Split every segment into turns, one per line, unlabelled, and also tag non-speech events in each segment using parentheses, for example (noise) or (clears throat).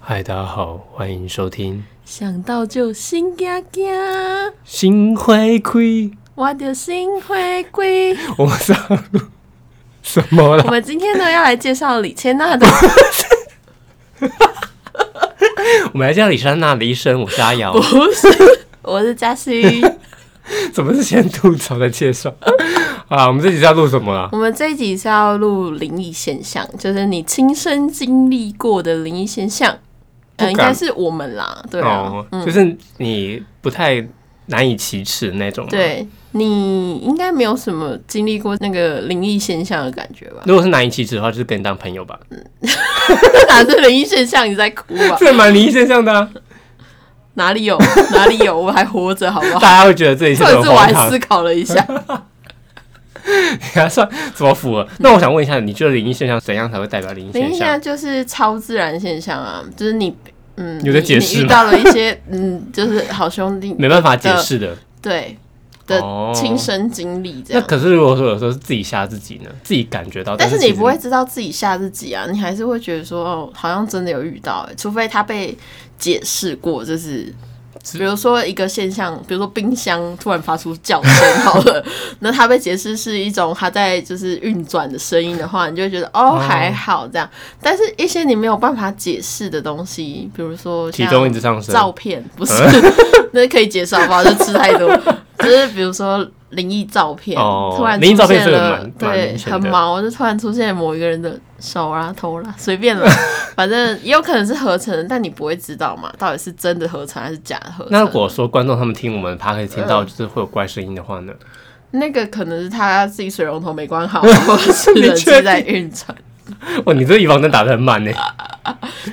嗨，大家好，欢迎收听《
想到就心惊惊，
心回馈》。
我的心回归。
我们上路什么
我
了？
们今天呢要来介绍李千娜的，
我们来叫李珊娜的医生，我是阿瑶。
不是，我是
(laughs)
嘉欣。
怎么是先吐槽再介绍？ (laughs) 啊，我们这集是要录什么啊？
我们这一集是要录灵异现象，就是你亲身经历过的灵异现象。
不敢
呃，应该是我们啦，对啊，
哦，就是你不太难以启齿那种。。
对你应该没有什么经历过那个灵异现象的感觉吧？
如果是难以启齿的话，就是跟你当朋友吧，
哪是灵异现象？你在哭啊？
这蛮灵异现象的、啊，
哪里有？哪里有？我还活着，好不
(laughs)
好？
大家会觉得这一切
上
都
次
很
我
荒
还
唐
思。考了一下，
你还 (laughs) 算怎么符合？那我想问一下，你觉得灵异现象怎样才会代表灵异
灵
现
异现
象？
象就是超自然现象啊，就是你嗯，
有在
你
解释
你遇
吗
到了一些嗯，就是好兄弟
没办法解释的。
对的
哦
亲身经历这
那
样。
可是如果说有时候是自己吓自己呢，自己感觉到，
但是
其
你
实
不会知道自己吓自己啊，你还是会觉得说，哦，好像真的有遇到、欸，除非他被解释过，就是
是
比如说一个现象，比如说冰箱突然发出叫声，好了， (laughs) 那它被解释是一种它在就是运转的声音的话，你就会觉得哦
哦
还好这样。但是一些你没有办法解释的东西，比如说
体
像
重一直上升
照片不是，
呃
(laughs) 那可以介绍吧，就吃太多，就是比如说。灵异照片，
哦
突然
灵异
出
照片
现
这个
了
蛮，蛮
对
明，显
很
的
毛，就突然出现某一个人的手啦、头啦，随
(laughs)
便啦，反正也有可能是合成的，但你不会知道嘛，到底是真的合成还是假的合成。
那如果说观众他们听我们 p 可以听到就是会有怪声音的话呢？
那个可能是他自己水龙头没
(laughs)
关好，或者是冷气在运转。嗯
哇，你这预防针打得很满呢。
(laughs)
(laughs)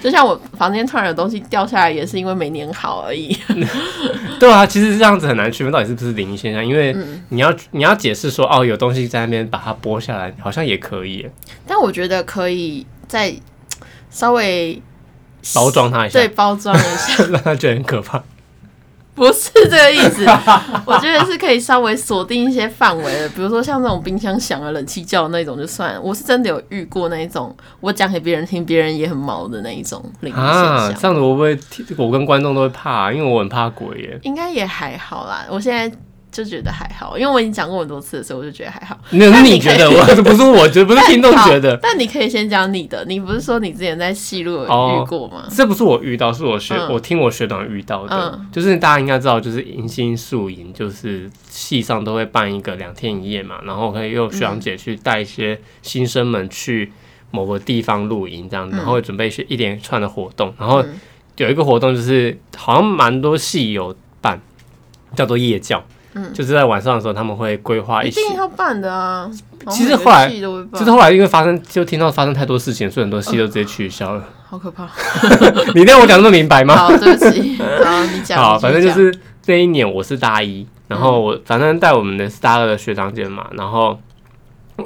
就像我房间突然有东西掉下来，也是因为没粘好而已。 (laughs)
对啊，其实这样子很难区分到底是不是灵异现象，因为
嗯
你要你要解释说哦，有东西在那边把它剥下来，好像也可以耶
但我觉得可以再稍微
包装它一下
对，包装一下，
(laughs) 让他觉得很可怕。
不是这个意思。 (laughs) 我觉得是可以稍微锁定一些范围的，比如说像那种冰箱响啊、冷气叫的那种就算了。我是真的有遇过那一种，我讲给别人听，别人也很毛的那一种灵异
啊，
现
这
象。
样子我不会听，我跟观众都会怕、因为我很怕鬼耶。
应该也还好啦，我现在就觉得还好，因为我已经讲过很多次了，所以我就觉得还好。
那是
那
你
你可
觉
以
得， (laughs) 我不是我觉得，
(laughs)
不是听众觉得，
但你可以先讲你的，你不是说你之前在戏路有
哦
遇过吗？
这不是我遇到，是我学、
嗯
我听我学长遇到的，
嗯
就是大家应该知道，就是迎新宿营，就是系上都会办一个两天一夜嘛，然后可以用学长姐去带一些新生们去某个地方露营这样，然后会准备一些一连串的活动，然后
嗯
有一个活动就是好像蛮多系有办，叫做夜教，就是在晚上的时候他们会规划
嗯一
一些。
定要办的啊！
其实
然后每个
后来
戏都会办
就是后来因为发生，就听到发生太多事情，所以很多系都
哦
直接取消了。 (laughs)
好可怕。
你让我讲那么明白吗？
好，对不起，好，你
(laughs)
讲。
好，
你继续
反正就
讲嗯
是那一年我是大一，然后我反正带我们的是大二的学长姐嘛，然后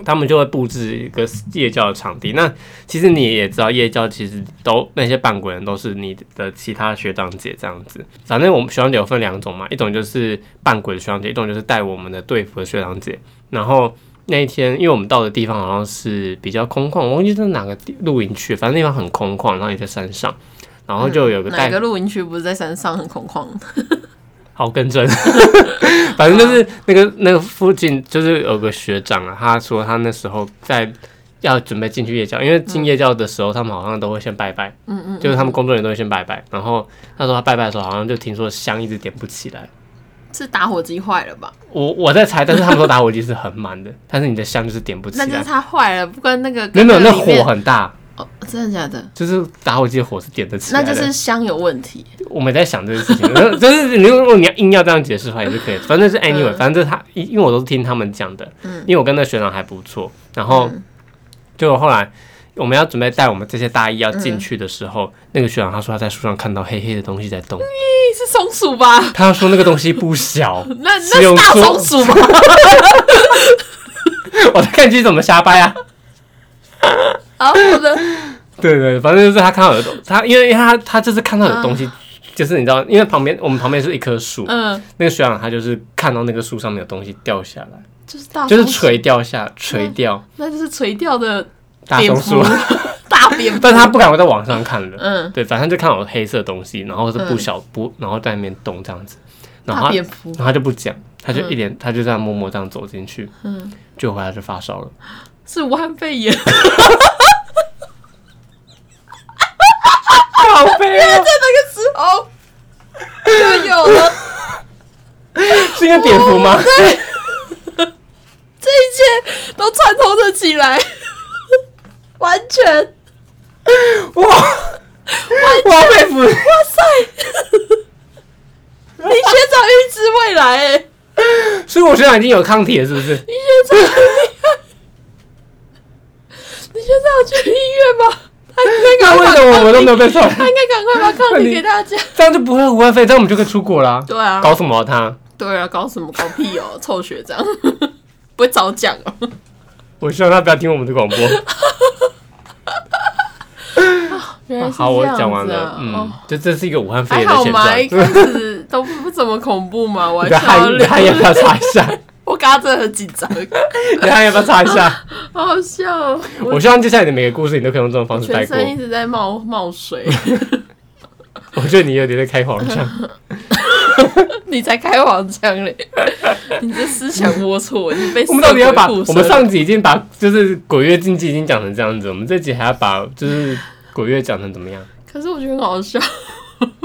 他们就会布置一个夜教的场地。那其实你也知道，夜教其实都那些办鬼人都是你的其他学长姐这样子。反正我们学长姐有分两种嘛，一种就是扮鬼的学长姐，一种就是带我们的队服的学长姐。然后那一天，因为我们到的地方好像是比较空旷，我忘记是哪个地露营区，反正地方很空旷，然后也在山上，然后就有个带
嗯哪个露营区不是在山上很恐慌？
好跟
(laughs)
真，反正就是那个那个附近就是有个学长啊，他说他那时候在要准备进去夜教，因为进夜教的时候，他们好像都会先拜拜，
嗯嗯，
就是他们工作人员都会先拜拜。然后那时候他拜拜的时候，好像就听说香一直点不起来。
是打火机坏了吧？
我我在猜，但是他们说打火机是很满的，但是你的香就是点不起
那就是
来。
它坏了，不跟那个
没有
跟
没有，那
个里面
火很大，
哦，真的假的？
就是打火机的火是点得起来
那
的。
就是香有问题。
我们在想这件事情， (laughs) 然后就是你如果你要硬要这样解释的话也是可以，反正是 anyway，、
嗯
反正他因因为我都是听他们讲的，
嗯
因为我跟那学长还不错，然后
嗯
就后来我们要准备带我们这些大一要进去的时候，
嗯
那个学长他说他在树上看到黑黑的东西在动，
你是松鼠吧？
他说那个东西不小， (laughs)
那那
只有
是大
松
松鼠吗？
我在看你怎么瞎掰啊。
(laughs) 好的，
对对，反正就是他看到有东，他因为他他就是看到有东西，就是你知道，因为旁边我们旁边是一棵树，
啊嗯，
那个学长他就是看到那个树上面有东西掉下来。
就是大，嗯
就是，垂掉下垂掉
那就是垂掉的
大
蝙
松
蝠 (laughs)
鼠，，
大便，
(laughs) 但他不敢再往上看了。
嗯，
对，反正就看我黑色的东西，然后是不
嗯
小不，然后在那边动这样子，然后
大
他
便噗，
然后他就不讲，他就
嗯
一脸，他就这样默默这样走进去，
嗯，
就回来就发
(laughs)
烧了。
是武汉肺炎， (laughs)
好悲
哦
啊！
那个时候就有了。
是因为蝙蝠吗？
这一切都串通着起来， (laughs) 完全，
(laughs)
哇
哇，我要佩服你！
塞！你学长预知未来、欸，哎，
所以我学长已经有抗体了，是不是？
你学长很厉害， (laughs) 你学长有去医院吗？他应该赶
那
快
为
把
什么我们都没有
(laughs)
被传染？
他应该赶快把抗体给大家。
这样就不会武汉肺炎，这样我们就可以出国啦。
(laughs) 对啊，
搞什么啊他？
对啊，搞什么搞屁哦，臭学长， (laughs) 不会早讲哦。
我希望他不要听我们的广
(laughs)
播。
原来是
好，我
这样子
讲完
啊
了。嗯
哦，
就这是一个武汉肺
还
炎的
好
现
嘛，
状。
一
你
开始都不不怎么恐怖
(laughs)
嘛，我还
的
笑
汗，你的汗要不
脸。
要擦一下？
(laughs) 我刚刚真的很紧张，
你的汗要不要擦一下？
(laughs) 好好笑哦。
我希望接下来的每个故事，你都可以用这种方式带
全
过。
身一直在冒冒 (laughs) 水，
我觉得你有点在开黄腔。
(laughs) 你才开黄腔
(laughs)
嘞！你这思想龌龊，你被
我们到底要把
色鬼附
我
身
们上集已经把就是鬼月禁忌已经讲成这样子，我们这集还要把就是鬼月讲成怎么样？
可是我觉得很好笑。 (laughs)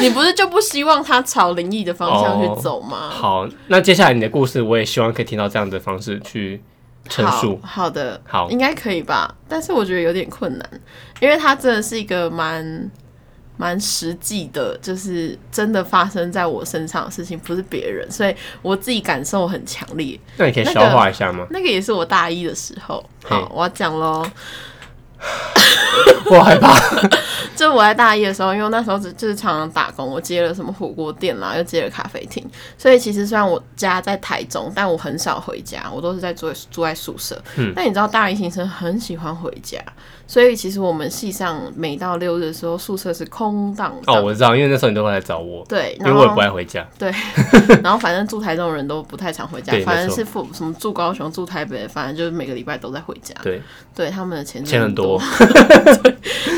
你不是就不希望他朝灵异的方向去走吗？
好，那接下来你的故事，我也希望可以听到这样的方式去陈述。
好好的，
好
应该可以吧？但是我觉得有点困难，因为它真的是一个蛮蛮实际的，就是真的发生在我身上的事情，不是别人，所以我自己感受很强烈。
那你可以消化一下吗？ (laughs)
那个也是我大一的时候，好
嘿，
我要讲喽。
我害怕。
(laughs) 就我在大一的时候，因为我那时候只就是常常打工，我接了什么火锅店啦，又接了咖啡厅，所以其实虽然我家在台中，但我很少回家，我都是在住住在宿舍。
嗯
但你知道大一新生很喜欢回家，所以其实我们系上每到六日的时候，宿舍是空荡荡。
哦，我知道，因为那时候你都会来找我，
对，
因为
然
我
后
也不爱回家。 (laughs)
对，然后反正住台中的人都不太常回家
对，没
反正
错
是父什么住高雄、住台北，反正就是每个礼拜都在回家。
对，
对，他们的钱真的
钱很多。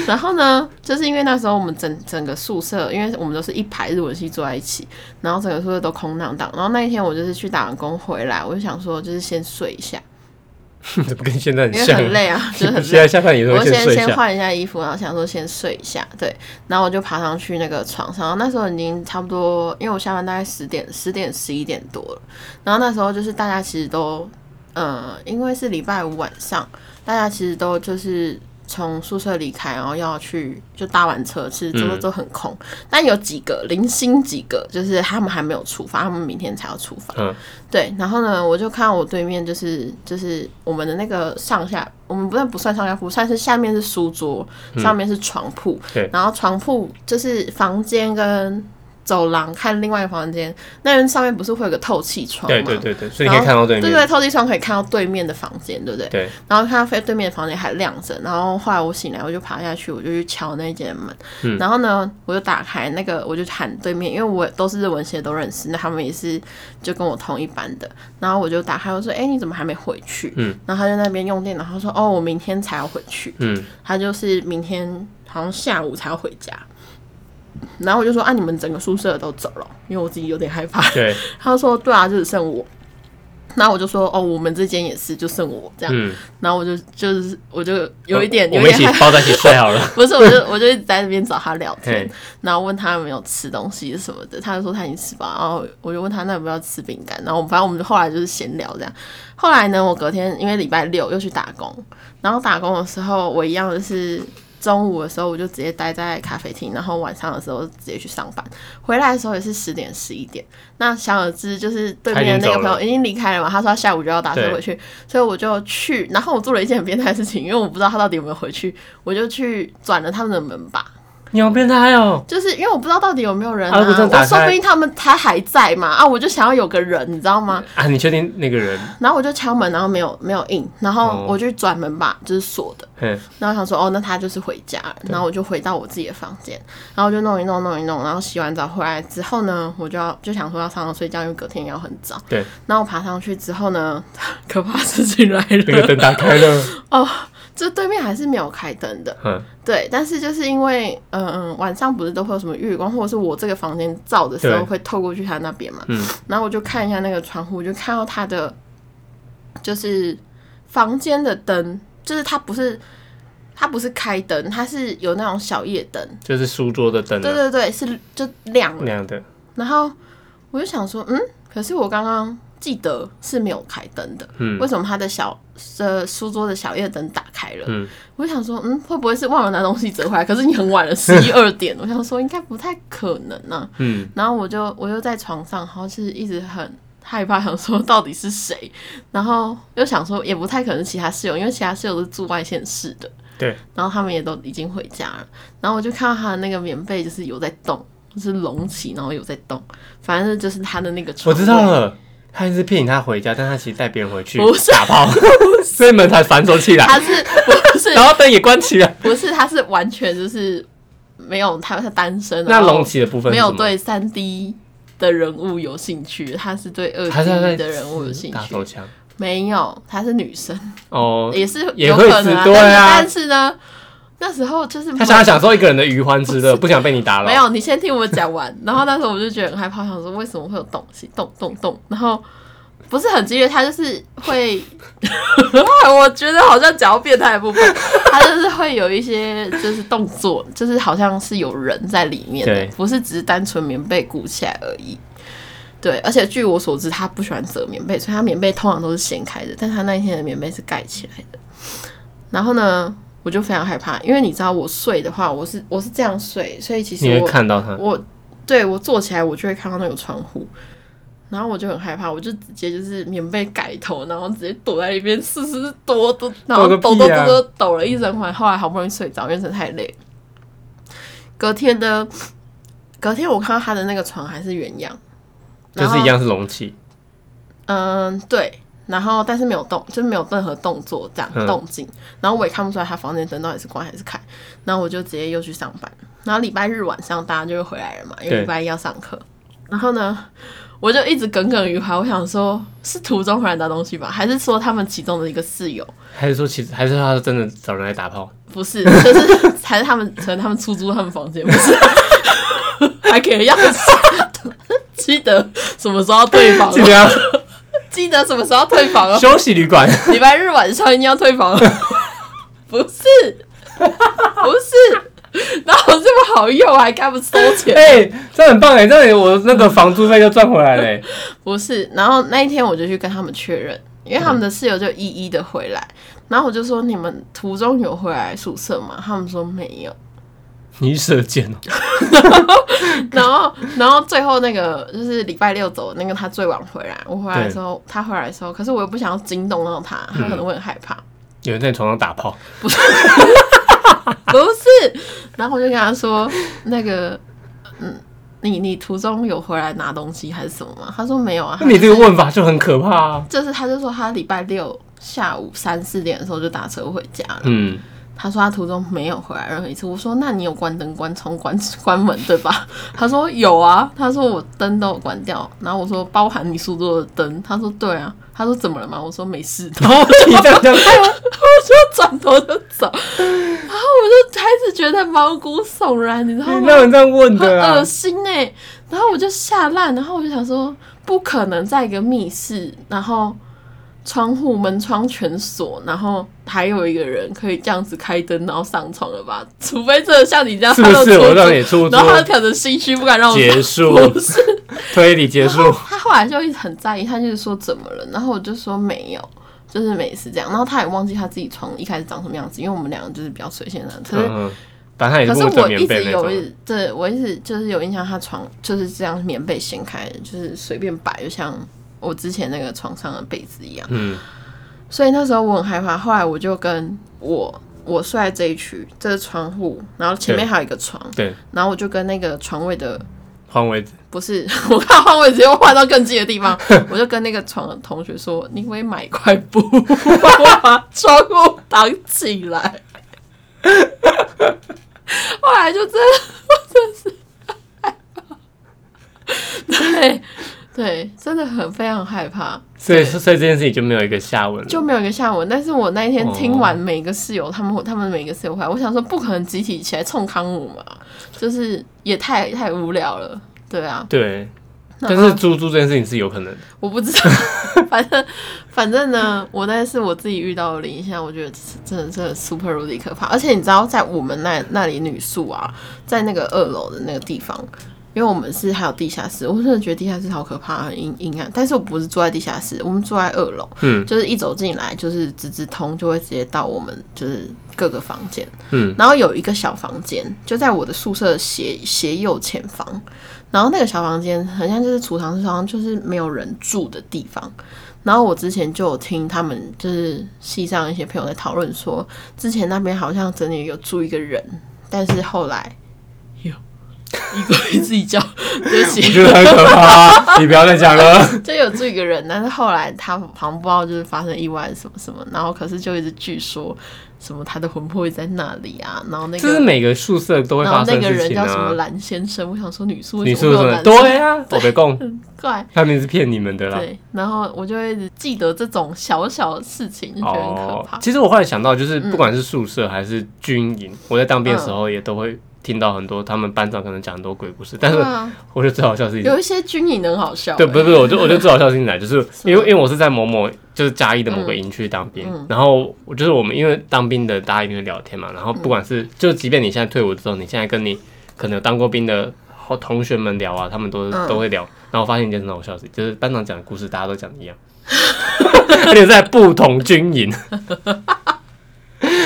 然后呢，就是因为那时候我们整整个宿舍，因为我们都是一排日文系坐在一起，然后整个宿舍都空荡荡。然后那一天我就是去打完工回来，我就想说就是先睡一下，
(laughs) 怎么跟现在很
嗯因为
像？
很
(laughs)
累啊，就是很
现在
累。
下班也都
我
会
就先
睡一
先
下。
换一下衣服，然后想说先睡一下，对，然后我就爬上去那个床上，然后那时候已经差不多，因为我下班大概十点、十点、十一点多了，然后那时候就是大家其实都，呃，因为是礼拜五晚上，大家其实都就是从宿舍离开，然后要去就搭完车，其实都
嗯
都很空。但有几个零星几个，就是他们还没有出发，他们明天才要出发。
嗯，
对，然后呢，我就看到我对面就是就是我们的那个上下，我们不算不算上下铺，算是下面是书桌，上面是床铺，
嗯对
然后床铺就是房间跟。走廊看另外一个房间，那边上面不是会有个透气窗吗？
对对对对，所以你可以看到对
对
面。
对，透气窗可以看到对面的房间，对不对？
对
然后看到飞对面的房间还亮着，然后后来我醒来，我就爬下去，我就去敲那间门，
嗯
然后呢，我就打开那个，我就喊对面，因为我都是日文系的都认识，那他们也是就跟我同一班的，然后我就打开，我说：“哎、你怎么还没回去？”
嗯，
然后他就在那边用电脑，他说：“哦，我明天才要回去。”
嗯，
他就是明天好像下午才要回家。然后我就说啊，你们整个宿舍都走了，因为我自己有点害怕。
对，
他就说对啊，就只剩我。然后我就说哦，我们之间也是，就剩我这样。
嗯，
然后我就就是我就 (laughs) 有一点
呃我
有
们
一
一起
点害，
抱在一起睡好了。
(laughs) 不是，我就我就一直在那边找他聊天
嘿，，
然后问他有没有吃东西什么的，他就说他已经吃饱，然后我就问他那要不要吃饼干，然后我们反正我们就后来就是闲聊这样。后来呢，我隔天因为礼拜六又去打工，然后打工的时候我一样就是中午的时候我就直接待在咖啡厅，然后晚上的时候直接去上班，回来的时候也是十点十一点。那想而知就是对面的
他已
那个朋
经走
友已经离开了嘛，他说他下午就要打车
对
回去，所以我就去，然后我做了一件很变态的事情，因为我不知道他到底有没有回去，我就去转了他们的门把。
你好变态哦！
就是因为我不知道到底有没有人啊，
啊如果真的打
我说
开
不定他们他还在嘛啊，我就想要有个人，你知道吗？
啊，你确定那个人？
然后我就敲门，然后没有没有应，然后
哦
我就转门吧，就是锁的，
嗯，
然后想说哦，那他就是回家了，然后我就回到我自己的房间，然后我就弄一弄弄一弄，然后洗完澡回来之后呢，我就要就想说要上床睡觉，因为隔天要很早。
对，
(laughs) 然后我爬上去之后呢，可怕的事情来
那个
了
灯打开了，
哦， (laughs) 就对面还是没有开灯的，
嗯，
对，但是就是因为，嗯嗯，晚上不是都会有什么月光，或者是我这个房间照的时候
对
会透过去他那边嘛，
嗯，
然后我就看一下那个窗户，我就看到他的就是房间的灯，就是它不是它不是开灯，它是有那种小夜灯，
就是书桌的灯
对
啊，
对对，是就亮了，
那样的，
然后我就想说，嗯，可是我刚刚记得是没有开灯的，
嗯
为什么他的小呃书桌的小夜灯打开了？
嗯
我就想说，嗯，会不会是忘了拿东西折回来？可是你很
(laughs)
晚了，十一二点，我想说应该不太可能啊。
嗯，
然后我就我就在床上，然后就是一直很害怕，想说到底是谁，然后又想说也不太可能是其他室友，因为其他室友都是住外县市的，
对，
然后他们也都已经回家了，然后我就看到他的那个棉被就是有在动，就是隆起，然后有在动，反正就是他的那个
我
床，
知道，了。他一直骗你他回家，但他其实带别人回去
不是
打
(laughs)
炮，所以门才反锁起来，
他是不是
然后灯也关起来。
不是他是完全就是没有他他单身，
那
然后
隆起的部分
没
是
有
什么
对三 D 的人物有兴趣，他是对二
他是在
D 的人物有兴
打
趣
手，枪
没有，她是女生。
哦，
也是
也
有
会
可
是
能、啊，
对啊
但是但是呢，那时候就是
他想要享受一个人的余欢之乐，不想被你打扰。
没有，你先听我讲完。然后那时候我就觉得很害怕，想说为什么会有东西动动动，然后不是很激烈，他就是会，我觉得好像讲到变态的部分，他 (laughs) 就是会有一些就是动作，就是好像是有人在里面
对
的，不是只是单纯棉被鼓起来而已。对，而且据我所知，他不喜欢折棉被，所以他棉被通常都是掀开的，但他那一天的棉被是盖起来的。然后呢，我就非常害怕，因为你知道我睡的话，我是我是这样睡，所以其实
你会
我
看到他，
我对我坐起来，我就会看到那个窗户，然后我就很害怕，我就直接就是棉被盖头，然后直接躲在里面，四四躲躲，然后
个
抖
屁啊
抖
呀
抖抖抖了一整晚，后来好不容易睡着，因为真的太累。隔天呢，隔天我看到他的那个床还是原样，
就
然后
是一样是隆起，
嗯，对。然后，但是没有动，就是没有任何动作这样
嗯
动静。然后我也看不出来他房间灯到底是关还是开。然后我就直接又去上班。然后礼拜日晚上大家就会回来了嘛，因为
对
礼拜一要上课。然后呢，我就一直耿耿于怀，我想说，是途中忽然拿东西吧，还是说他们其中的一个室友？
还是说其实还是他真的找人来打炮？
不
(laughs)
是，就是还是他们，可能他们出租他们房间，不是， (laughs) 还给人钥匙。 (laughs) 记得什么时候要退房
记
哦？
得啊
记得什么时候要退房哦？
(laughs) 休息旅 (laughs) 馆，
(laughs) 礼拜日晚上一定要退房， (laughs) 不是，不是，哪有这么好用，还该不收
(laughs)
钱？
哎，这很棒哎，这里我那个房租费就赚回来嘞。
不是，然后那一天我就去跟他们确认，因为他们的室友就一一的回来，然后我就说你们途中有回来宿舍吗？他们说没有。 (laughs)
你是射箭哦，
然后，然后最后那个就是礼拜六走的那个，他最晚回来。我回来的时候，他回来的时候，可是我又不想要惊动到他，他可能会很害怕。
有人在你床上打炮，
(laughs) 不是，然后我就跟他说，那个，嗯，你你途中有回来拿东西还是什么吗？他说没有啊。
(laughs) 那你这个问法就很可怕啊。
就是他就说他礼拜六下午三四点的时候就打车回家了。
(laughs) 嗯，
他说他途中没有回来任何一次。我说那你有关灯、关窗、关关门对吧？ (laughs) 他说有啊。他说我灯都有关掉。然后我说包含你书桌的灯。他说对啊。他说怎么了吗？我说没事。 (laughs)
然后你这样这样，
我就转头就走，然后我就开始觉得毛骨悚然，你知道
你
吗？
让人这样问的
很 (laughs)
啊
恶，心哎、然后我就吓烂，然后我就想说，不可能在一个密室，然后窗户门窗全锁，然后还有一个人可以这样子开灯，然后上床了吧？除非真的像你这样， (laughs)
是不
他都
是？
出
我
租
让你出租
然后他可能心虚不敢 (laughs) 让我
结束
不是，
推理结
(laughs)
束，
他后来就一直很在意，他就是说怎么了，然后我就说没有，就是没事这样。然后他也忘记他自己床一开始长什么样子，因为我们两个就是比较随性的，可是、
嗯，反正他也
可
是
是
不折
我一
棉
直
被那
有一
种。
直对我一直就是有印象，他床就是这样棉被掀开，就是随便摆，就像我之前那个床上的被子一样。
嗯，
所以那时候我很害怕，后来我就跟我我睡在这一区，这是窗户，然后前面
对
还有一个床，
对，
然后我就跟那个床位的
换位置，
不是， (laughs) 我看换位置又换到更近的地
(laughs)
方，我就跟那个床的同学说：“你可不可以买一块布，我把窗户挡起来。”后来就真的，我真是害怕，对对，真的很非常害怕，
所以所以这件事情就没有一个下文了。
就没有一个下文。但是我那一天
哦
听完每个室友他们他们每个室友回来，我想说不可能集体起来冲康我嘛，就是也太太无聊了。对啊，
对，
然
但
后
是猪猪这件事情是有可能的。
我不知道， (laughs) 反正反正呢，我那是我自己遇到的林现在我觉得真的真的 super 无敌可怕。而且你知道，在我们那那里女宿啊，在那个二楼的那个地方，因为我们是还有地下室，我真的觉得地下室好可怕，很阴阴暗。但是我不是住在地下室，我们住在二楼，
嗯
就是一走进来就是直直通，就会直接到我们就是各个房间。
嗯，
然后有一个小房间，就在我的宿舍斜斜右前方。然后那个小房间很像就是储藏室，好像就是没有人住的地方。然后我之前就有听他们就是系上一些朋友在讨论说，之前那边好像真的有住一个人，但是后来有一个人自己叫， (laughs) 对不起
我，觉得很可 (laughs) 怕，啊你不要再讲了。
就有住一个人，但是后来他好像不知道就是发生意外什么什么，然后可是就一直据说什么他的魂魄会在那里啊，然后那
这是
个
每个宿舍都会
然后
发
那
生
个
的
人
事情
叫什么
啊。
蓝先生，我想说女宿
你
为什
宿
么
舍
会有
呢
蓝生
对啊，我被供，
很怪。
他们是骗你们的啦。
对，然后我就会一直记得这种小小的事情，就觉得很可
哦
怕，。
其实我后来想到，就是
嗯
不管是宿舍还是军营，我在当兵的时候也都会听到很多他们班长可能讲很多鬼故事，但是
对啊，
我觉得最好笑的是一件
有一些军营很好笑欸。嗯
对，不是不是，我就我就最好笑的事情来，就是因为因为我是在某某就是嘉义的某个营区当兵，然后我就是我们因为当兵的大家一定会聊天嘛，然后不
嗯
管是、就即便你现在退伍之后，你现在跟你可能有当过兵的好同学们聊啊，他们都、
嗯
都会聊，然后我发现一件很好笑的事情，就是班长讲的故事大家都讲一样， (laughs) 而且在不同军营。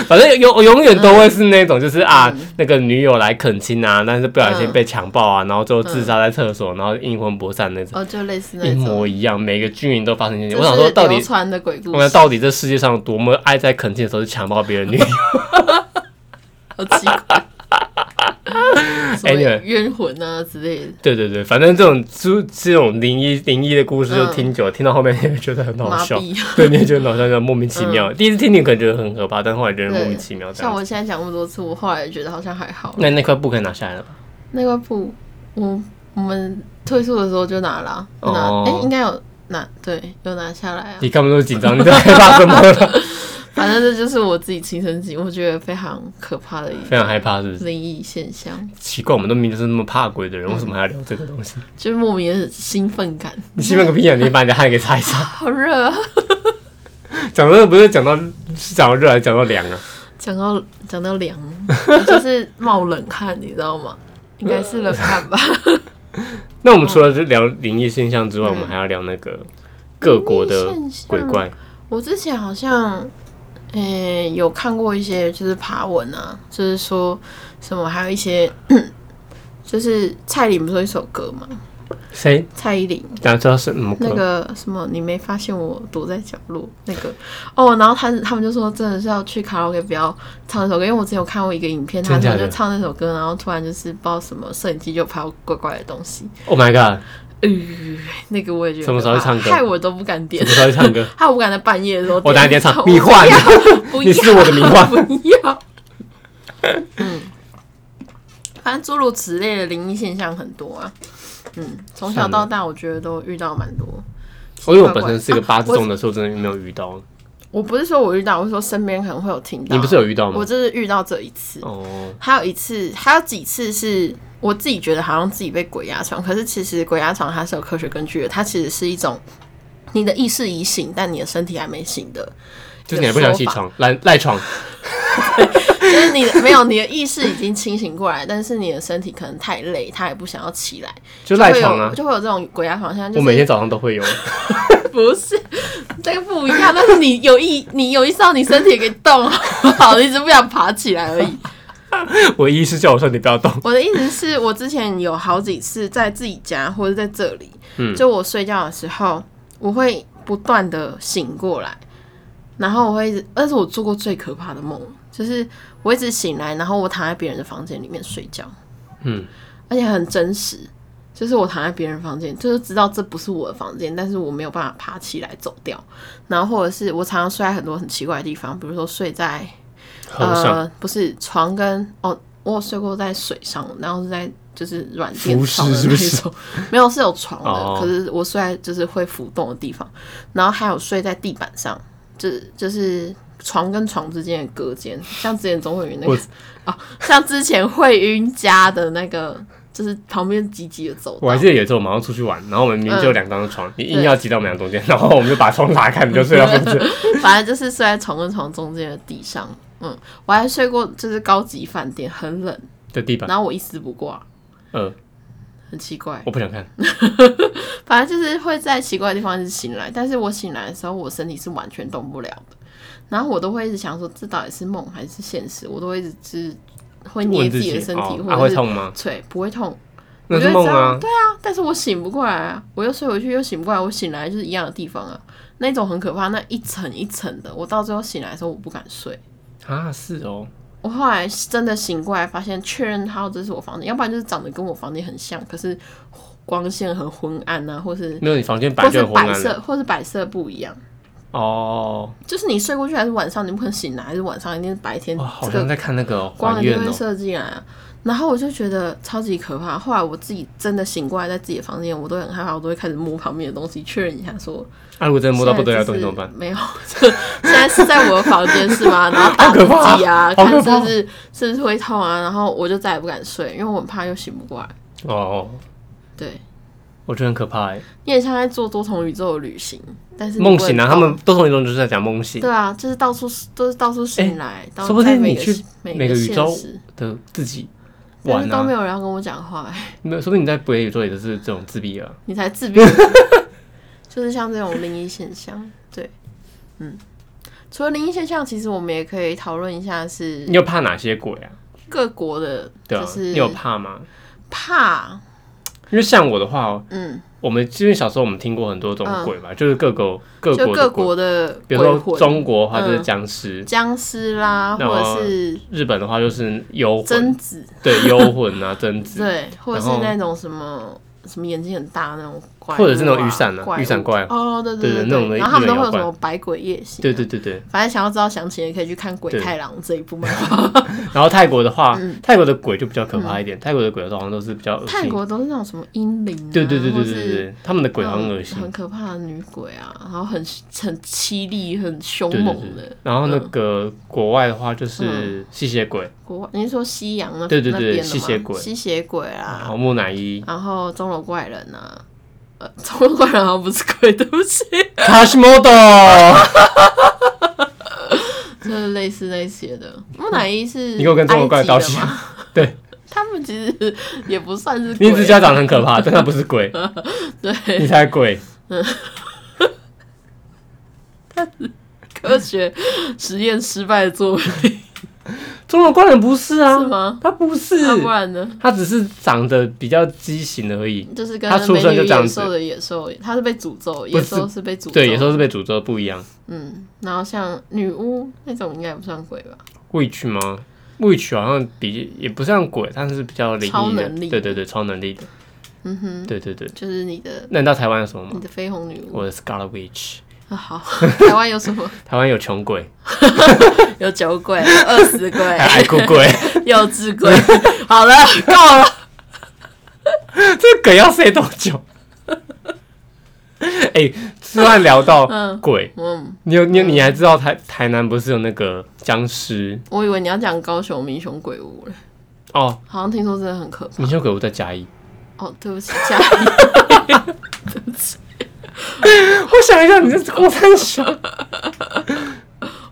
反正永永远都
嗯
会是那种，就是啊，那个女友来恳亲啊，但是不小心
嗯
被强暴啊，然后最后自杀在厕所，然后阴魂不散那种。
哦，就类似
一
那种，
模一样，每个军营都发生这件事。
就
我想说，
是
到
流
底
传的鬼故
我想
事，
到底这世界上有多么爱在垦丁的时候去强暴
(laughs)
别人女友？
好奇怪。
(laughs)
什么
Anyway
冤魂啊之类的，
对对对，反正这种这这种灵异灵异的故事，就
嗯
听久了，听到后面你会觉得很好
麻
笑， (laughs)
痹。嗯
对，你会觉得很好笑，就莫名其妙。第一次听你可能觉得很可怕，但后来觉得莫名其妙这
像
样子。
我现在讲那么多次，我后来觉得好像还好。
那那块布可以拿下来了吧？
那块布，我我们退宿的时候就拿了啊，就拿
哦
哎、应该有拿，对，有拿下来啊。
你干嘛那么紧张？你在害怕什么
(laughs)
了？
反正这就是我自己亲身经历，我觉得非常可怕的一
非常害怕是不是？
灵异现象，
奇怪，我们都明明就是那么怕鬼
(laughs)
的人，为什么还要聊这个东西？
就是莫名的兴奋感，
你兴奋个屁啊！你把你的汗给擦一擦。
好热啊！
讲这个不是讲到是讲到热还是讲到凉啊？
讲到讲到
(laughs)
凉，我就是冒冷汗，你知道吗？应该是冷汗吧。
那我们除了是聊灵异现象之外，我
嗯
们还要聊那个 (laughs) 各国的
灵异现象
鬼怪。
我之前好像，诶、有看过一些就是爬文啊，就是说什么，还有一些 (clears throat) 就是蔡依林不是有一首歌嘛，
谁？
蔡依林
大家知道是什么鬼？
那个什么，你没发现我躲在角落那个 (laughs) 哦，然后他他们就说真的是要去卡拉 OK 不要唱那首歌，因为我之前有看过一个影片，他
真假
们
的
就唱那首歌，然后突然就是不知道什么摄影机就拍到怪怪的东西，
o h Oh my god！
呃， (laughs) 那个我也觉得
嗯什么时候
可怕
唱歌
害我都不敢点 (laughs)
什么，时候去唱歌？
害我不敢在半夜的时候，
我哪一天唱
我
迷幻啊
(laughs) 不要不要
你是我的迷
(laughs)
幻
不要。
(laughs)
嗯，反正诸如此类的灵异现象很多啊。嗯，从小到大我觉得都遇到蛮多。
我因为我本身是一个八字
啊
重的，所以我真的没有遇到。
我不是说我遇到，我是说身边可能会有听到。
你不是有遇到吗
我就是遇到这一次，
哦，
还有一次，还有几次是我自己觉得好像自己被鬼压床，可是其实鬼压床它是有科学根据的，它其实是一种你的意识已醒，但你的身体还没醒的。
就是你还不想起床，赖赖床。
就是你的没有你的意识已经清醒过来，但是你的身体可能太累，他也不想要起来，
就赖床啊
就会有就会有这种鬼压床现象。就是、
我每天早上都
(laughs)
会有。
不是这个不一样，但是你有意你有意识到你身体也可以动，好不 (laughs) 好，你只是不想爬起来而已。
我医师叫我说你不要动。
我的意思是我之前有好几次在自己家或者在这里，就我睡觉的时候，我会不断的醒过来，然后我会一直，那是我做过最可怕的梦，就是我一直醒来，然后我躺在别人的房间里面睡觉，
嗯，
而且很真实，就是我躺在别人房间，就是知道这不是我的房间，但是我没有办法爬起来走掉，然后或者是我常常睡在很多很奇怪的地方，比如说睡在
和尚
呃呃，不是床跟哦我有睡过在水上，然后是在就是软
浮
垫
尸
上的那
是
一
不
种， (laughs)
是
没有是有床的，
哦
可是我睡在就是会浮动的地方，然后还有睡在地板上，就是就是床跟床之间的隔间，像之前总会晕那个
我
(laughs) 哦，像之前会晕家的那个，就是旁边挤挤的走
我还
道。
记得有一次我们要出去玩，然后我们明明就有
嗯嗯
两张床，你硬要挤到我们俩中间，然后我们就把窗拉开，你就睡到中间。
反正就是睡在床跟床中间的地上。嗯，我还睡过，就是高级饭店，很冷，
的地板，
然后我一丝不挂，
呃，
很奇怪。
我不想看。
反正就是会在奇怪的地方一直醒来，但是我醒来的时候，我身体是完全动不了的。然后我都会一直想说，这到底是梦还是现实？我都会一直就是会捏
问
自
自
己
己
的身体，
哦，啊会
或者是
痛吗？
捶，不会痛。
那
我
是
就会
梦
这样
啊，
对啊，但是我醒不过来啊，我又睡回去又醒不过来，我醒来就是一样的地方啊，那种很可怕，那一层一层的，我到最后醒来的时候我不敢睡。
啊是哦，
我后来真的醒过来，发现确认它这是我房间，要不然就是长得跟我房间很像，可是光线很昏暗啊，或是
没有你房间本
或
来就是很昏
摆
暗了
设，或是摆设不一样。
哦，就是
就是你睡过去还是晚上，你不可能醒来，还是晚上一定是白天
哇，好
这
像
个
在看那个哦
光
还
一
愿
定会
哦，
射进来啊。然后我就觉得超级可怕。后来我自己真的醒过来，在自己的房间，我都很害怕，我都会开始摸旁边的东西，确认一下说
啊如果真的摸到不得了的东西怎
现在就是
么办？
没有，就现在是在我的房间是吗？然后打
好可怕
自己啊，
好
看
可
是
怕
不是是不是会痛啊？然后我就再也不敢睡，因为我很怕又醒不过来。
哦哦，
对，
我觉得很可怕哎，
你很像在做多重宇宙的旅行，但是你
梦
不会
醒啊，
动
他们都同一种就是在讲梦醒
对啊，就是到处都是到处醒来，到
说不定
在每
你
个
去
每
每个宇
现
宙
实
的自己
但
玩
是都没
啊，
有人要跟我讲话、 (laughs) 哎
没有，说不定你在不夜宇宙也是这种自闭啊。
你才自闭，就是像这种灵异现象，对，嗯。除了灵异现象，其实我们也可以讨论一下是
你有怕哪些鬼啊？
各国的，
对啊
就，
你
是
有怕吗？
怕，
因为像我的话哦，
嗯，
我们因为小时候我们听过很多种
嗯
鬼嘛，就是各国各
就
国
各
的鬼，
国的
比
鬼
如
魂，
说中国的话就是
嗯
僵尸，
僵尸啦，
然
或
后
者是
日本的话就是幽魂
贞，子，
对幽魂啊贞子，
对，或者是
然后
那种什么什么眼睛很大那种怪物啊，
或者是那种雨伞啊
怪物
雨伞怪
哦，对对
对对那种的
对然后他们都会有
日本
什
妖
么百鬼夜行，
对对对对。
反正想要知道详情的，可以去看《鬼
对
太郎》这一部漫画。
然后泰国的话，泰国的鬼就比较可怕一点，泰国的鬼好像 (laughs) 都是比较恶
嗯泰
心，
国都是那种什么阴灵、啊，
对对对
或
对对对
是
对，他们的鬼
那
好
种
像恶心，
很可怕的女鬼啊，然后很很凄厉、很凶
对对
猛
对
的。。
然后那个国外的话
嗯
就是吸血鬼，
国外，你是说西洋那
对对对
那边的吗
吸血鬼
吸血鬼
然
啊，
后木乃伊
然后钟楼怪人啊，呃，钟楼怪人好像不是鬼，对不起， (laughs)
，Kashimoto，
就是 (laughs) 类似那些的。木乃伊是
(laughs) 你给我跟钟楼怪人道
埃及
歉
的吗？
对，
(laughs) 他们其实也不算是
(laughs)
鬼
你只家长得很可怕，但他不是鬼，
(laughs) 对
你才鬼。
科学实验失败的作品
中国怪人不是啊，
是吗？
他不是，
那不然呢？
他只是长得比较畸形而已。
就是跟
他出
美
生就
女
这样
野
子
兽的野兽，他是被诅咒，野兽是被诅咒，
对，有时候是被诅咒不一样。
嗯，然后像女巫那种应该也不算鬼吧？
witch 吗？witch 好像比也不像鬼，但是比较灵
超
异的
能力，
对对对，超能力的，
嗯哼，
对对对。
就是你的
那你知道台湾有什么
你
吗？
的绯红女巫
我的 Scarlet Witch，
啊，好，台湾有什
(laughs)
么？
台湾有穷鬼，
有酒鬼，有饿
(laughs)
死鬼，
还有爱哭鬼，
有智鬼。好了，够了。
这梗要塞多久？ (laughs) 哎、突然聊到
嗯
鬼，
嗯，
你有你有你还知道台台南不是有那个僵尸
我以为你要讲高雄民雄鬼屋了，
哦？
好像听说真的很可怕。
民雄鬼屋在嘉义，
哦，对不起， (laughs) 嘉义。
(laughs) 我想一下，你这我太小，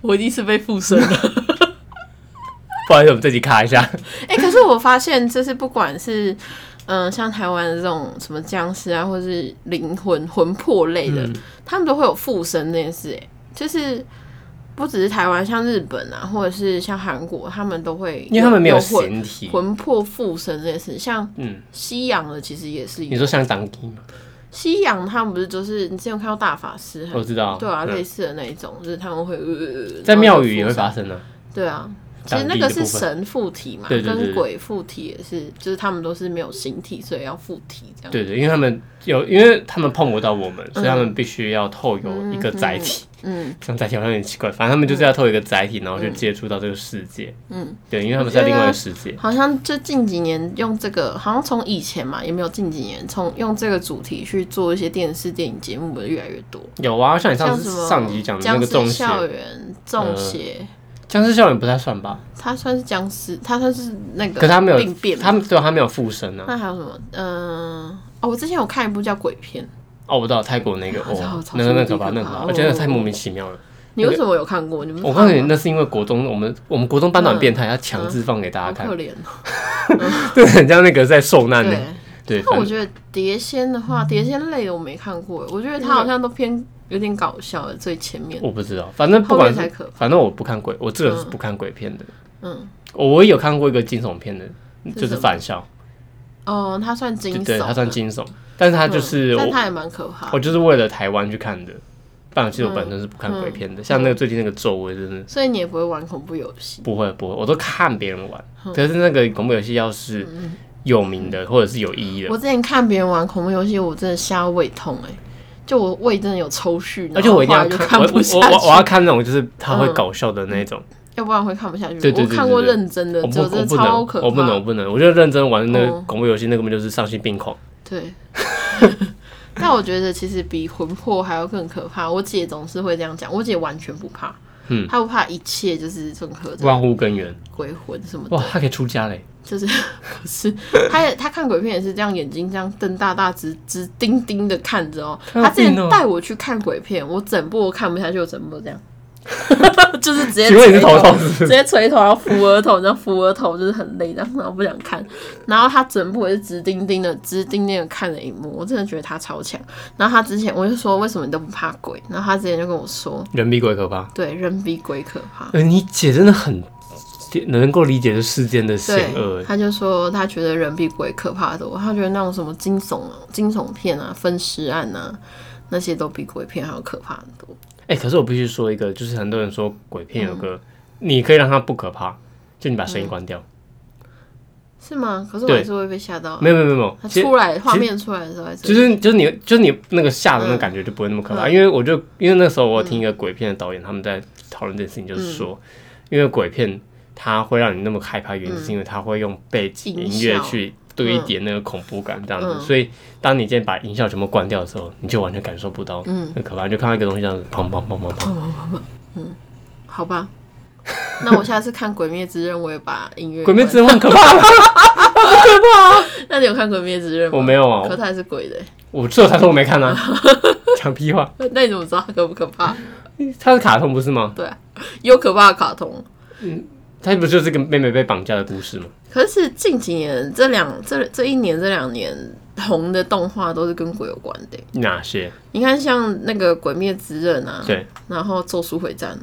我一定是被附身了。
(laughs) 不好意思，我们这集卡一下。
(laughs) 哎、可是我发现，就是不管是嗯、呃像台湾的这种什么僵尸啊，或是灵魂魂魄类的，
嗯
他们都会有附身这件事、哎，就是不只是台湾，像日本啊，或者是像韩国，他们都会
因
有，
为他们没有
魂
形体。
魂魄附身这件事，像
嗯，
西洋的其实也是
你
有，
说像当兵吗？
西洋他们不是就是你之前有看到大法师还
我
是，
知道。
嗯对啊，
嗯
类似的那一种，就是他们会、呃、
在
然后
庙
就
宇也
附
会
身
发生啊。
对啊，其实
当
那
地
个
的部
是
分。
神附体嘛，
对对对
跟
对
鬼附体也是，就是他们都是没有形体，所以要附体这样。
对对，因为他们有，因为他们碰不到我们，所以他们必须要透有一个载体。
嗯，
(laughs) 这样载体好像有点奇怪，反正他们就是要透有一个载体，然后去接触到这个世界。
嗯，
对，因为他们是在另外一个世界。
好像就近几年用这个，好像从以前嘛，也没有近几年从用这个主题去做一些电视电影节目的越来越多，
有啊，像你上
像什
次
么
上集讲的那
僵
个中
尸
邪，
校园、中邪，
僵尸校园不太算吧？
它算是僵尸，它算是那个，
可是他没有
病变嘛。
他们对他没有附身啊。
那还有什么？嗯、哦，我之前有看一部叫《鬼片》，
哦，我知道泰国那个，
好好
哦，
超
那个那个
超
可怕，
级
那个
可
可
怕
怕，我觉得
哦
太莫名其妙了。
你为什么有看过？你们
我告诉你，那是因为国中我们我们国中班长很变态，他强制放给大
好
家看
可，怜哦。
(laughs) 对，很像那个在受难
对
的，，对，
但
反
我
正
觉得碟仙的话，碟仙类的我没看过，我觉得它好像都偏有点搞笑的最前面，
我不知道，反正不
后
管
面才
是，
可怕。
反正我不看鬼，我这个人是不看鬼片的，
嗯，
我唯一有看过一个惊悚片的，就是
什
是
么
返校，
哦，它算惊
对
悚
对，
的，
它算惊悚，但是它就是
嗯但
我
它也嗯蛮可怕
我
的。
就是为了台湾去看的，不然其实我本身是不看鬼片的，像
嗯
那个最近那个咒，我真的
所以你也不会玩恐怖游戏，
不会不会，我都看别人玩。
嗯
可是那个恐怖游戏要是有名的或者是有意义的，
我之前看别人玩恐怖游戏，我真的吓到胃痛哎、就我胃真的有抽搐，
而且我一定要
然后后来就
我
不
我
下
我我要
去，嗯
看那种就是他会搞笑的那种，
要不然会看不下去。
对对对
我看过
对对
认真的
我，不
就
我
真的
不
超
能
可怕。
我不能我不能，我觉得认真玩那个
嗯
恐怖游戏那根本就是丧心病狂。
对， (laughs) 但我觉得其实比魂魄还要更可怕。我姐总是会这样讲，我姐完全不怕，
嗯
她不怕一切就是任何的
万物根源，
鬼魂什么的，
啊哇，他可以出家嘞！
就是可是她也她看鬼片也是这样，眼睛这样瞪大大直直盯盯的看着哦。
看到
她之前
病哦
带我去看鬼片，我整部我看不下去，我整部这样。 (laughs) 就是直接
请问你是
垂头
头痛是不
直接垂头，然后扶额头，然后扶额头就是很累，然后然后不想看。然后他整部也是直盯盯的，直盯盯的看着荧幕，我真的觉得他超强。然后他之前我就说为什么你都不怕鬼，然后他之前就跟我说，
人比鬼可怕。
对，人比鬼可怕。
呃，你姐真的很能够理解这世间的
对
险恶，，欸
他就说他觉得人比鬼可怕多，他觉得那种什么惊悚、惊悚片啊、分尸案啊，那些都比鬼片还要可怕很多。
哎、可是我必须说一个，就是很多人说鬼片有个，
嗯
你可以让它不可怕，就你把声音关掉。
是吗？可是我
对
还是会被吓到啊。
没有没有没有没有，
他
其实
出来画面出来的时候还是
就
会，
是就是你就是你那个吓
嗯
的那感觉就不会那么可怕，因为我就因为那时候我有听一个鬼片的导演他们在讨论这件事情，
嗯
就是说，因为鬼片它会让你那么害怕，原因是因为它会用背景音乐
嗯音效
去堆叠那个恐怖感这样子，
嗯
所以当你今天把音效全部关掉的时候，你就完全感受不到
嗯
那可怕，你就看到一个东西这样子砰砰砰砰砰，(laughs)
好吧，那我下次看《鬼灭之刃》，我也把音乐。
鬼灭之刃很可怕
嗯
吗，
刃，那你有看《鬼灭之刃》吗？
我没有啊，
可它还是鬼的欸、
我这才说我没看啊， (laughs) 讲屁话，
那你怎么知道它可不可怕？
它是卡通不是吗？
对啊，有可怕的卡通。
它不就是个妹妹被绑架的故事吗？
可是近几年这两这这一年这两年红的动画都是跟鬼有关的欸、
哪些？
你看像那个《鬼灭之刃》啊，
对，
然后《咒术回战》，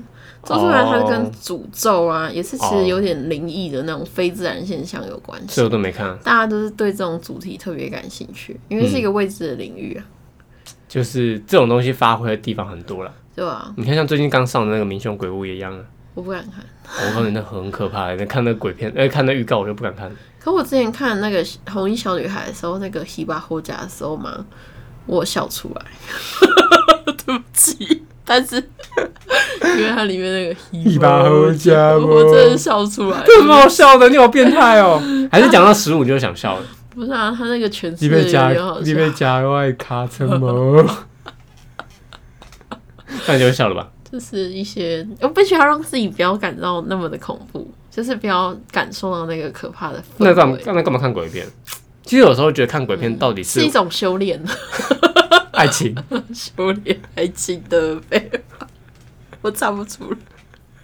《咒术回战》它是跟诅咒啊，也是其
哦
实有点灵异的那种非自然现象有关系。
所以我都没看啊。
大家都是对这种主题特别感兴趣，因为是一
嗯
个未知的领域啊，
就是这种东西发挥的地方很多了。
对吧、
你看，像最近刚上的那个《民雄鬼屋》也一样啊。
我不敢看。
我告诉你，那很可怕、那看那鬼片， (laughs) 哎、看那预告我就不敢看。
可我之前看那个红衣小女孩的时候，那个 Hiba h o j a 的时候嘛，我有笑出来， (laughs) 对不起，但是 (laughs) 因为它里面那个
Hiba Hoja
我真的笑出来。
这么好笑的，你好变态哦！还是讲到十五就想笑了。
不是啊，他那个诠释的也很好笑。
加外卡成毛， (laughs) 那你就会笑了吧？
就是一些，我必须要让自己不要感到那么的恐怖，就是不要感受到那个可怕的氛
那干嘛
围，
那干嘛看鬼片？其实有时候觉得看鬼片到底是
是一种修炼， (laughs)
爱情，
修炼爱情的背叛 (laughs) 我唱不出来。
(laughs)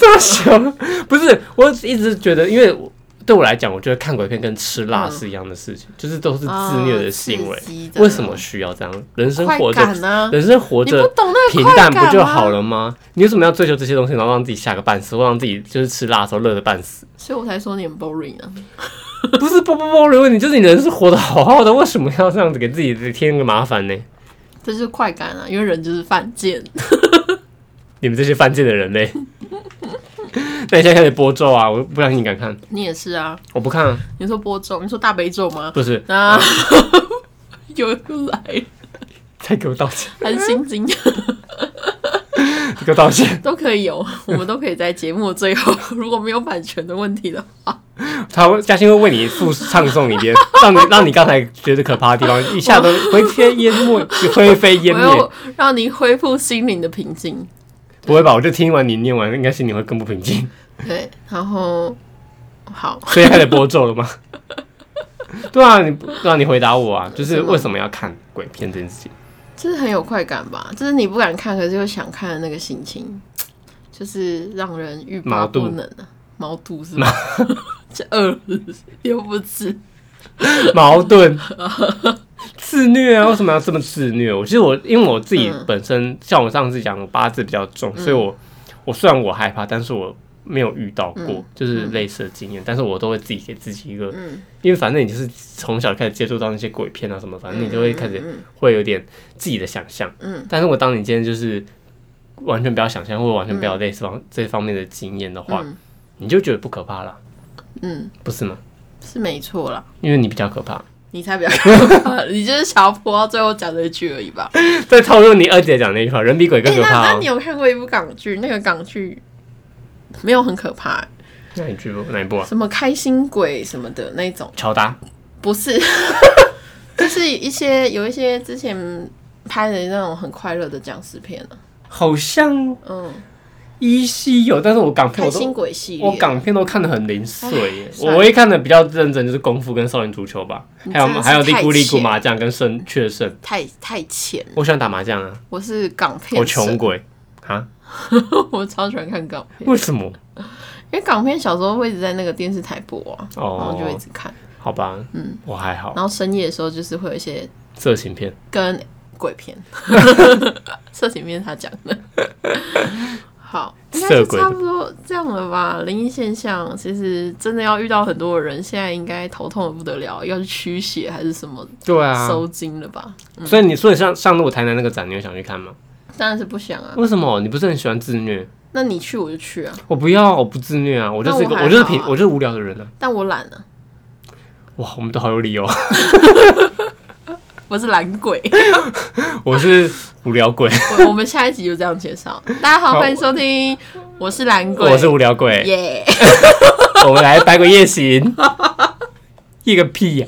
傻笑。不是，我一直觉得，因为我对我来讲，我觉得看鬼片跟吃辣是一样的事情，就是都是自虐的行为
啊。刺激的
为什么需要这样？人生
快
活着，
感啊呢、
人生活
你不
着
懂那个
平
快
淡
感
不就好
吗？
了吗？你为什么要追求这些东西，然后让自己吓个半死，或让自己就是吃辣的时候乐得半死？
所以我才说你很 boring 啊。
不是不不不，如果你就是你人是活得好好的，为什么要这样子给自己添个麻烦呢？
这就是快感啊，因为人就是犯贱。
你们这些犯贱的人类， (laughs) 那你现在开始播咒啊！我不相信你敢看，
你也是啊，
我不看啊，
你说播种，你说大悲咒吗？
不是，
啊， (laughs) 又又来了，
再给我道歉，
还是心经
给我道歉。
都可以有，我们都可以在节目的最后， (laughs) 如果没有版权的问题的话，
他会嘉欣会为你附唱诵一遍， (laughs) 让你让你刚才觉得可怕的地方一下都灰天淹没，灰飞
哦我
烟灭
要。让你恢复心灵的平静。
不会吧？我就听完你念完，应该心里会更不平静。 (laughs)
对，然后好，
所以开始播咒了吗？ (laughs) 对啊，你让你回答我啊，就是为什么要看鬼片这件事情？
就是很有快感吧，就是你不敢看，可是又想看的那个心情，就是让人欲罢
毛肚
不能啊。毛肚是 (laughs) 吗？这饿了又不吃， (laughs)
矛盾、自虐啊，为什么要这么自虐？我其实我因为我自己
嗯
本身，像我上次讲，我八字比较重，所以我我虽然我害怕，但是我没有遇到过
嗯
就是类似的经验，但是我都会自己给自己一个，
嗯，
因为反正你就是从小开始接触到那些鬼片啊什么，反正你就会开始
嗯
会有点自己的想象。
嗯，
但是我当你今天就是完全不要想象，或者完全不要有类似方、这方面的经验的话，
嗯
你就觉得不可怕了，
嗯，
不是吗？
是没错啦。
因为你比较可怕，
你才比较可怕， (laughs) 你就是想要播到最后讲这一句而已吧？
在套用你二姐讲那句话，人比鬼
哎、
更可
那
怕、
那
哦。
你有看过一部港剧？那个港剧没有很可怕、
那你去哪一部啊？
什么开心鬼什么的那一种，
乔达，
不是， (laughs) 就是一些有一些之前拍的那种很快乐的僵尸片啊，
好像
嗯，
依稀有，但是我港片
开
我
心
都
鬼系列，
我港片都看得很零碎耶
哎。算
我
了
唯一看的比较认真就是《功夫》跟《少林足球》吧，
你
还有
真的是
还有《利
太
咕利咕
浅
麻将》跟《胜确胜》。
太太浅，
我喜欢打麻将啊，
我是港片，
我穷，鬼啊？
(laughs) 我超喜欢看港片，
为什么？
因为港片小时候会一直在那个电视台播啊，然后就一
哦，
直看，
好吧，嗯，我还好。
然后深夜的时候就是会有一些
色情片，
跟鬼
(laughs)
片、色情片他讲的。好，应该
色
是
鬼
差不多这样了吧？灵异现象其实真的要遇到很多的人，现在应该头痛的不得了，要去驱邪还是什么
对啊。
收精了吧？
所以你所以上上次我台南那个展，你有想去看吗？
当然是不想啊，
为什么？你不是很喜欢自虐？
那你去我就去啊，
我不要，我不自虐啊，我就是一个，
那我还好啊
我就是平，我就是无聊的人啊。
但我懒啊，
哇，我们都好有理
(laughs)
由，
我是懒鬼。
我是无聊鬼，
我我们下一集就这样介绍。大家好，欢迎收听，我是懒 (laughs) 鬼，
我是无聊鬼，
耶。 (laughs)
(laughs) 我们来摆个夜行， (laughs) 夜个屁呀、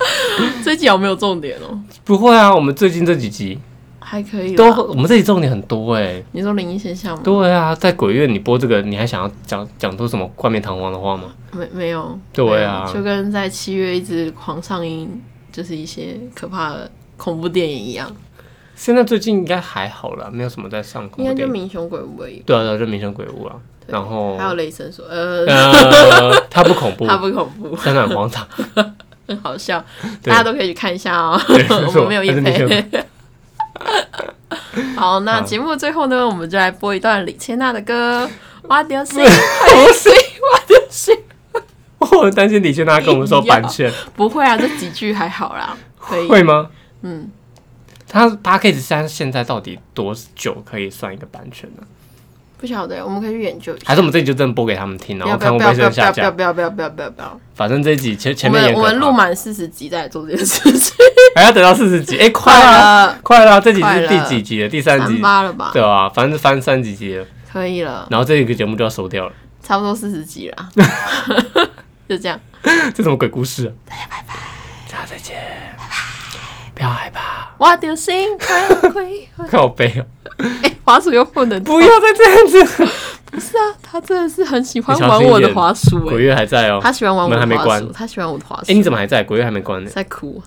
这集有没有重点哦？
不会啊，我们最近这几集
还可以啦。
都，我们这集重点很多哎、
你说灵异现象吗？
对啊，在鬼月你播这个，你还想要讲讲出什么冠冕堂皇的话吗？
没没有，
对啊
没有就跟在七月一直狂上映，就是一些可怕的恐怖电影一样，
现在最近应该还好了，没有什么在上恐
应
怖
该就
电
《
影。
民雄鬼屋》而已，
对啊，对啊，就《民生鬼屋》啊，
对
然后
还有雷神说，呃，
(laughs) 呃，它不恐怖，
它不恐怖， (laughs)
真的很荒唐。
很好笑，
对
大家都可以去看一下
(laughs)
哦。
对
我们没有夜
但是你
配。好，那
好
节目的最后呢，我们就来播一段李千娜的歌
(laughs)
《我的心我心我的心》。
我很担心李千娜跟我们
(laughs)
说版权，
不会啊，这几句还好啦，可以，
会吗？
嗯，
他 p a c k a g 现在现在到底多久可以算一个版权呢？
不晓得，我们可以去研究一下
还是。我们这集就真的播给他们听，然
不
后
要不
看
要
会
不
不
要
会
不
先
要不
下
要不要
架？
不要不要不要不要不要！
反正这一集前前
我
面也啊
们
可
我们录
怕
满四十集再来做这件事情，
还要等到四十集，哎，快了，
了，啊
快了，啊这集
快
是
了
第几集了？第三
三
集，
八了吧？
对啊，反正翻三几集了，
可以了，
然后这个节目就要收掉了， (laughs)
差不多四十集了， (laughs) 就这样，
这什么鬼故事？大家拜拜，大家再见，拜拜，不要害怕，
我的心快快
(laughs)
快！
靠背哦，
哎，滑鼠又不能动
不要再这样子。
不是啊，他真的是很喜欢
你小
玩
心一
(laughs) 我的
点
滑鼠
鬼
哎，
月还在哦、
他喜欢玩我
门还没
的滑鼠，
关
他喜欢我的滑
哎、你
鼠，
怎么还在？鬼月还没关呢、
在哭，